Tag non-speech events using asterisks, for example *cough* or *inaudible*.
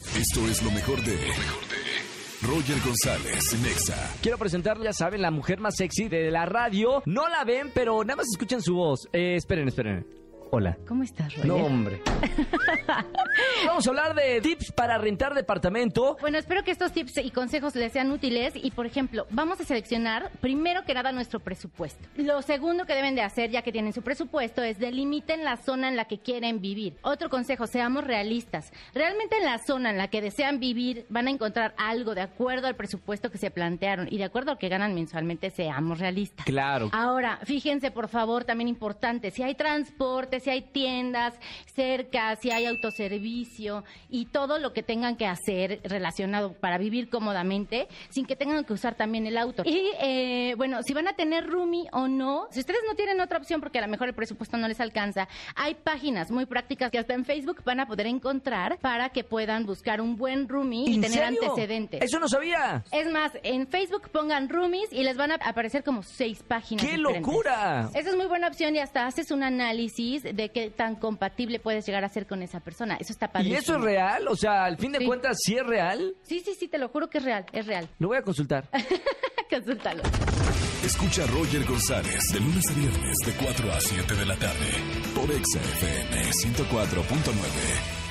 Esto es lo mejor de. Roger González, Nexa. Quiero presentarle, ya saben, la mujer más sexy de la radio. No la ven, pero nada más escuchan su voz. Eh, esperen, esperen. Hola. ¿Cómo estás, Roger? No, hombre. *laughs* Vamos a hablar de tips para rentar departamento. Bueno, espero que estos tips y consejos les sean útiles y, por ejemplo, vamos a seleccionar primero que nada nuestro presupuesto. Lo segundo que deben de hacer ya que tienen su presupuesto es delimiten la zona en la que quieren vivir. Otro consejo, seamos realistas. Realmente en la zona en la que desean vivir van a encontrar algo de acuerdo al presupuesto que se plantearon y de acuerdo al que ganan mensualmente, seamos realistas. Claro. Ahora, fíjense por favor, también importante, si hay transporte, si hay tiendas cerca, si hay autoservicio y todo lo que tengan que hacer relacionado para vivir cómodamente sin que tengan que usar también el auto. Y eh, bueno, si van a tener roomie o no, si ustedes no tienen otra opción porque a lo mejor el presupuesto no les alcanza, hay páginas muy prácticas que hasta en Facebook van a poder encontrar para que puedan buscar un buen roomie y ¿En tener serio? antecedentes. Eso no sabía. Es más, en Facebook pongan roomies y les van a aparecer como seis páginas. ¡Qué diferentes. locura! Esa es muy buena opción y hasta haces un análisis de qué tan compatible puedes llegar a ser con esa persona. Eso está ¿Y padrísimo. eso es real? O sea, al fin de Sí. cuentas, ¿sí es real? Sí, sí, sí, te lo juro que es real, es real. *laughs* Lo voy a consultar. Consúltalo. Escucha a Roger González de lunes a viernes de 4 a 7 de la tarde por Exa FM 104.9.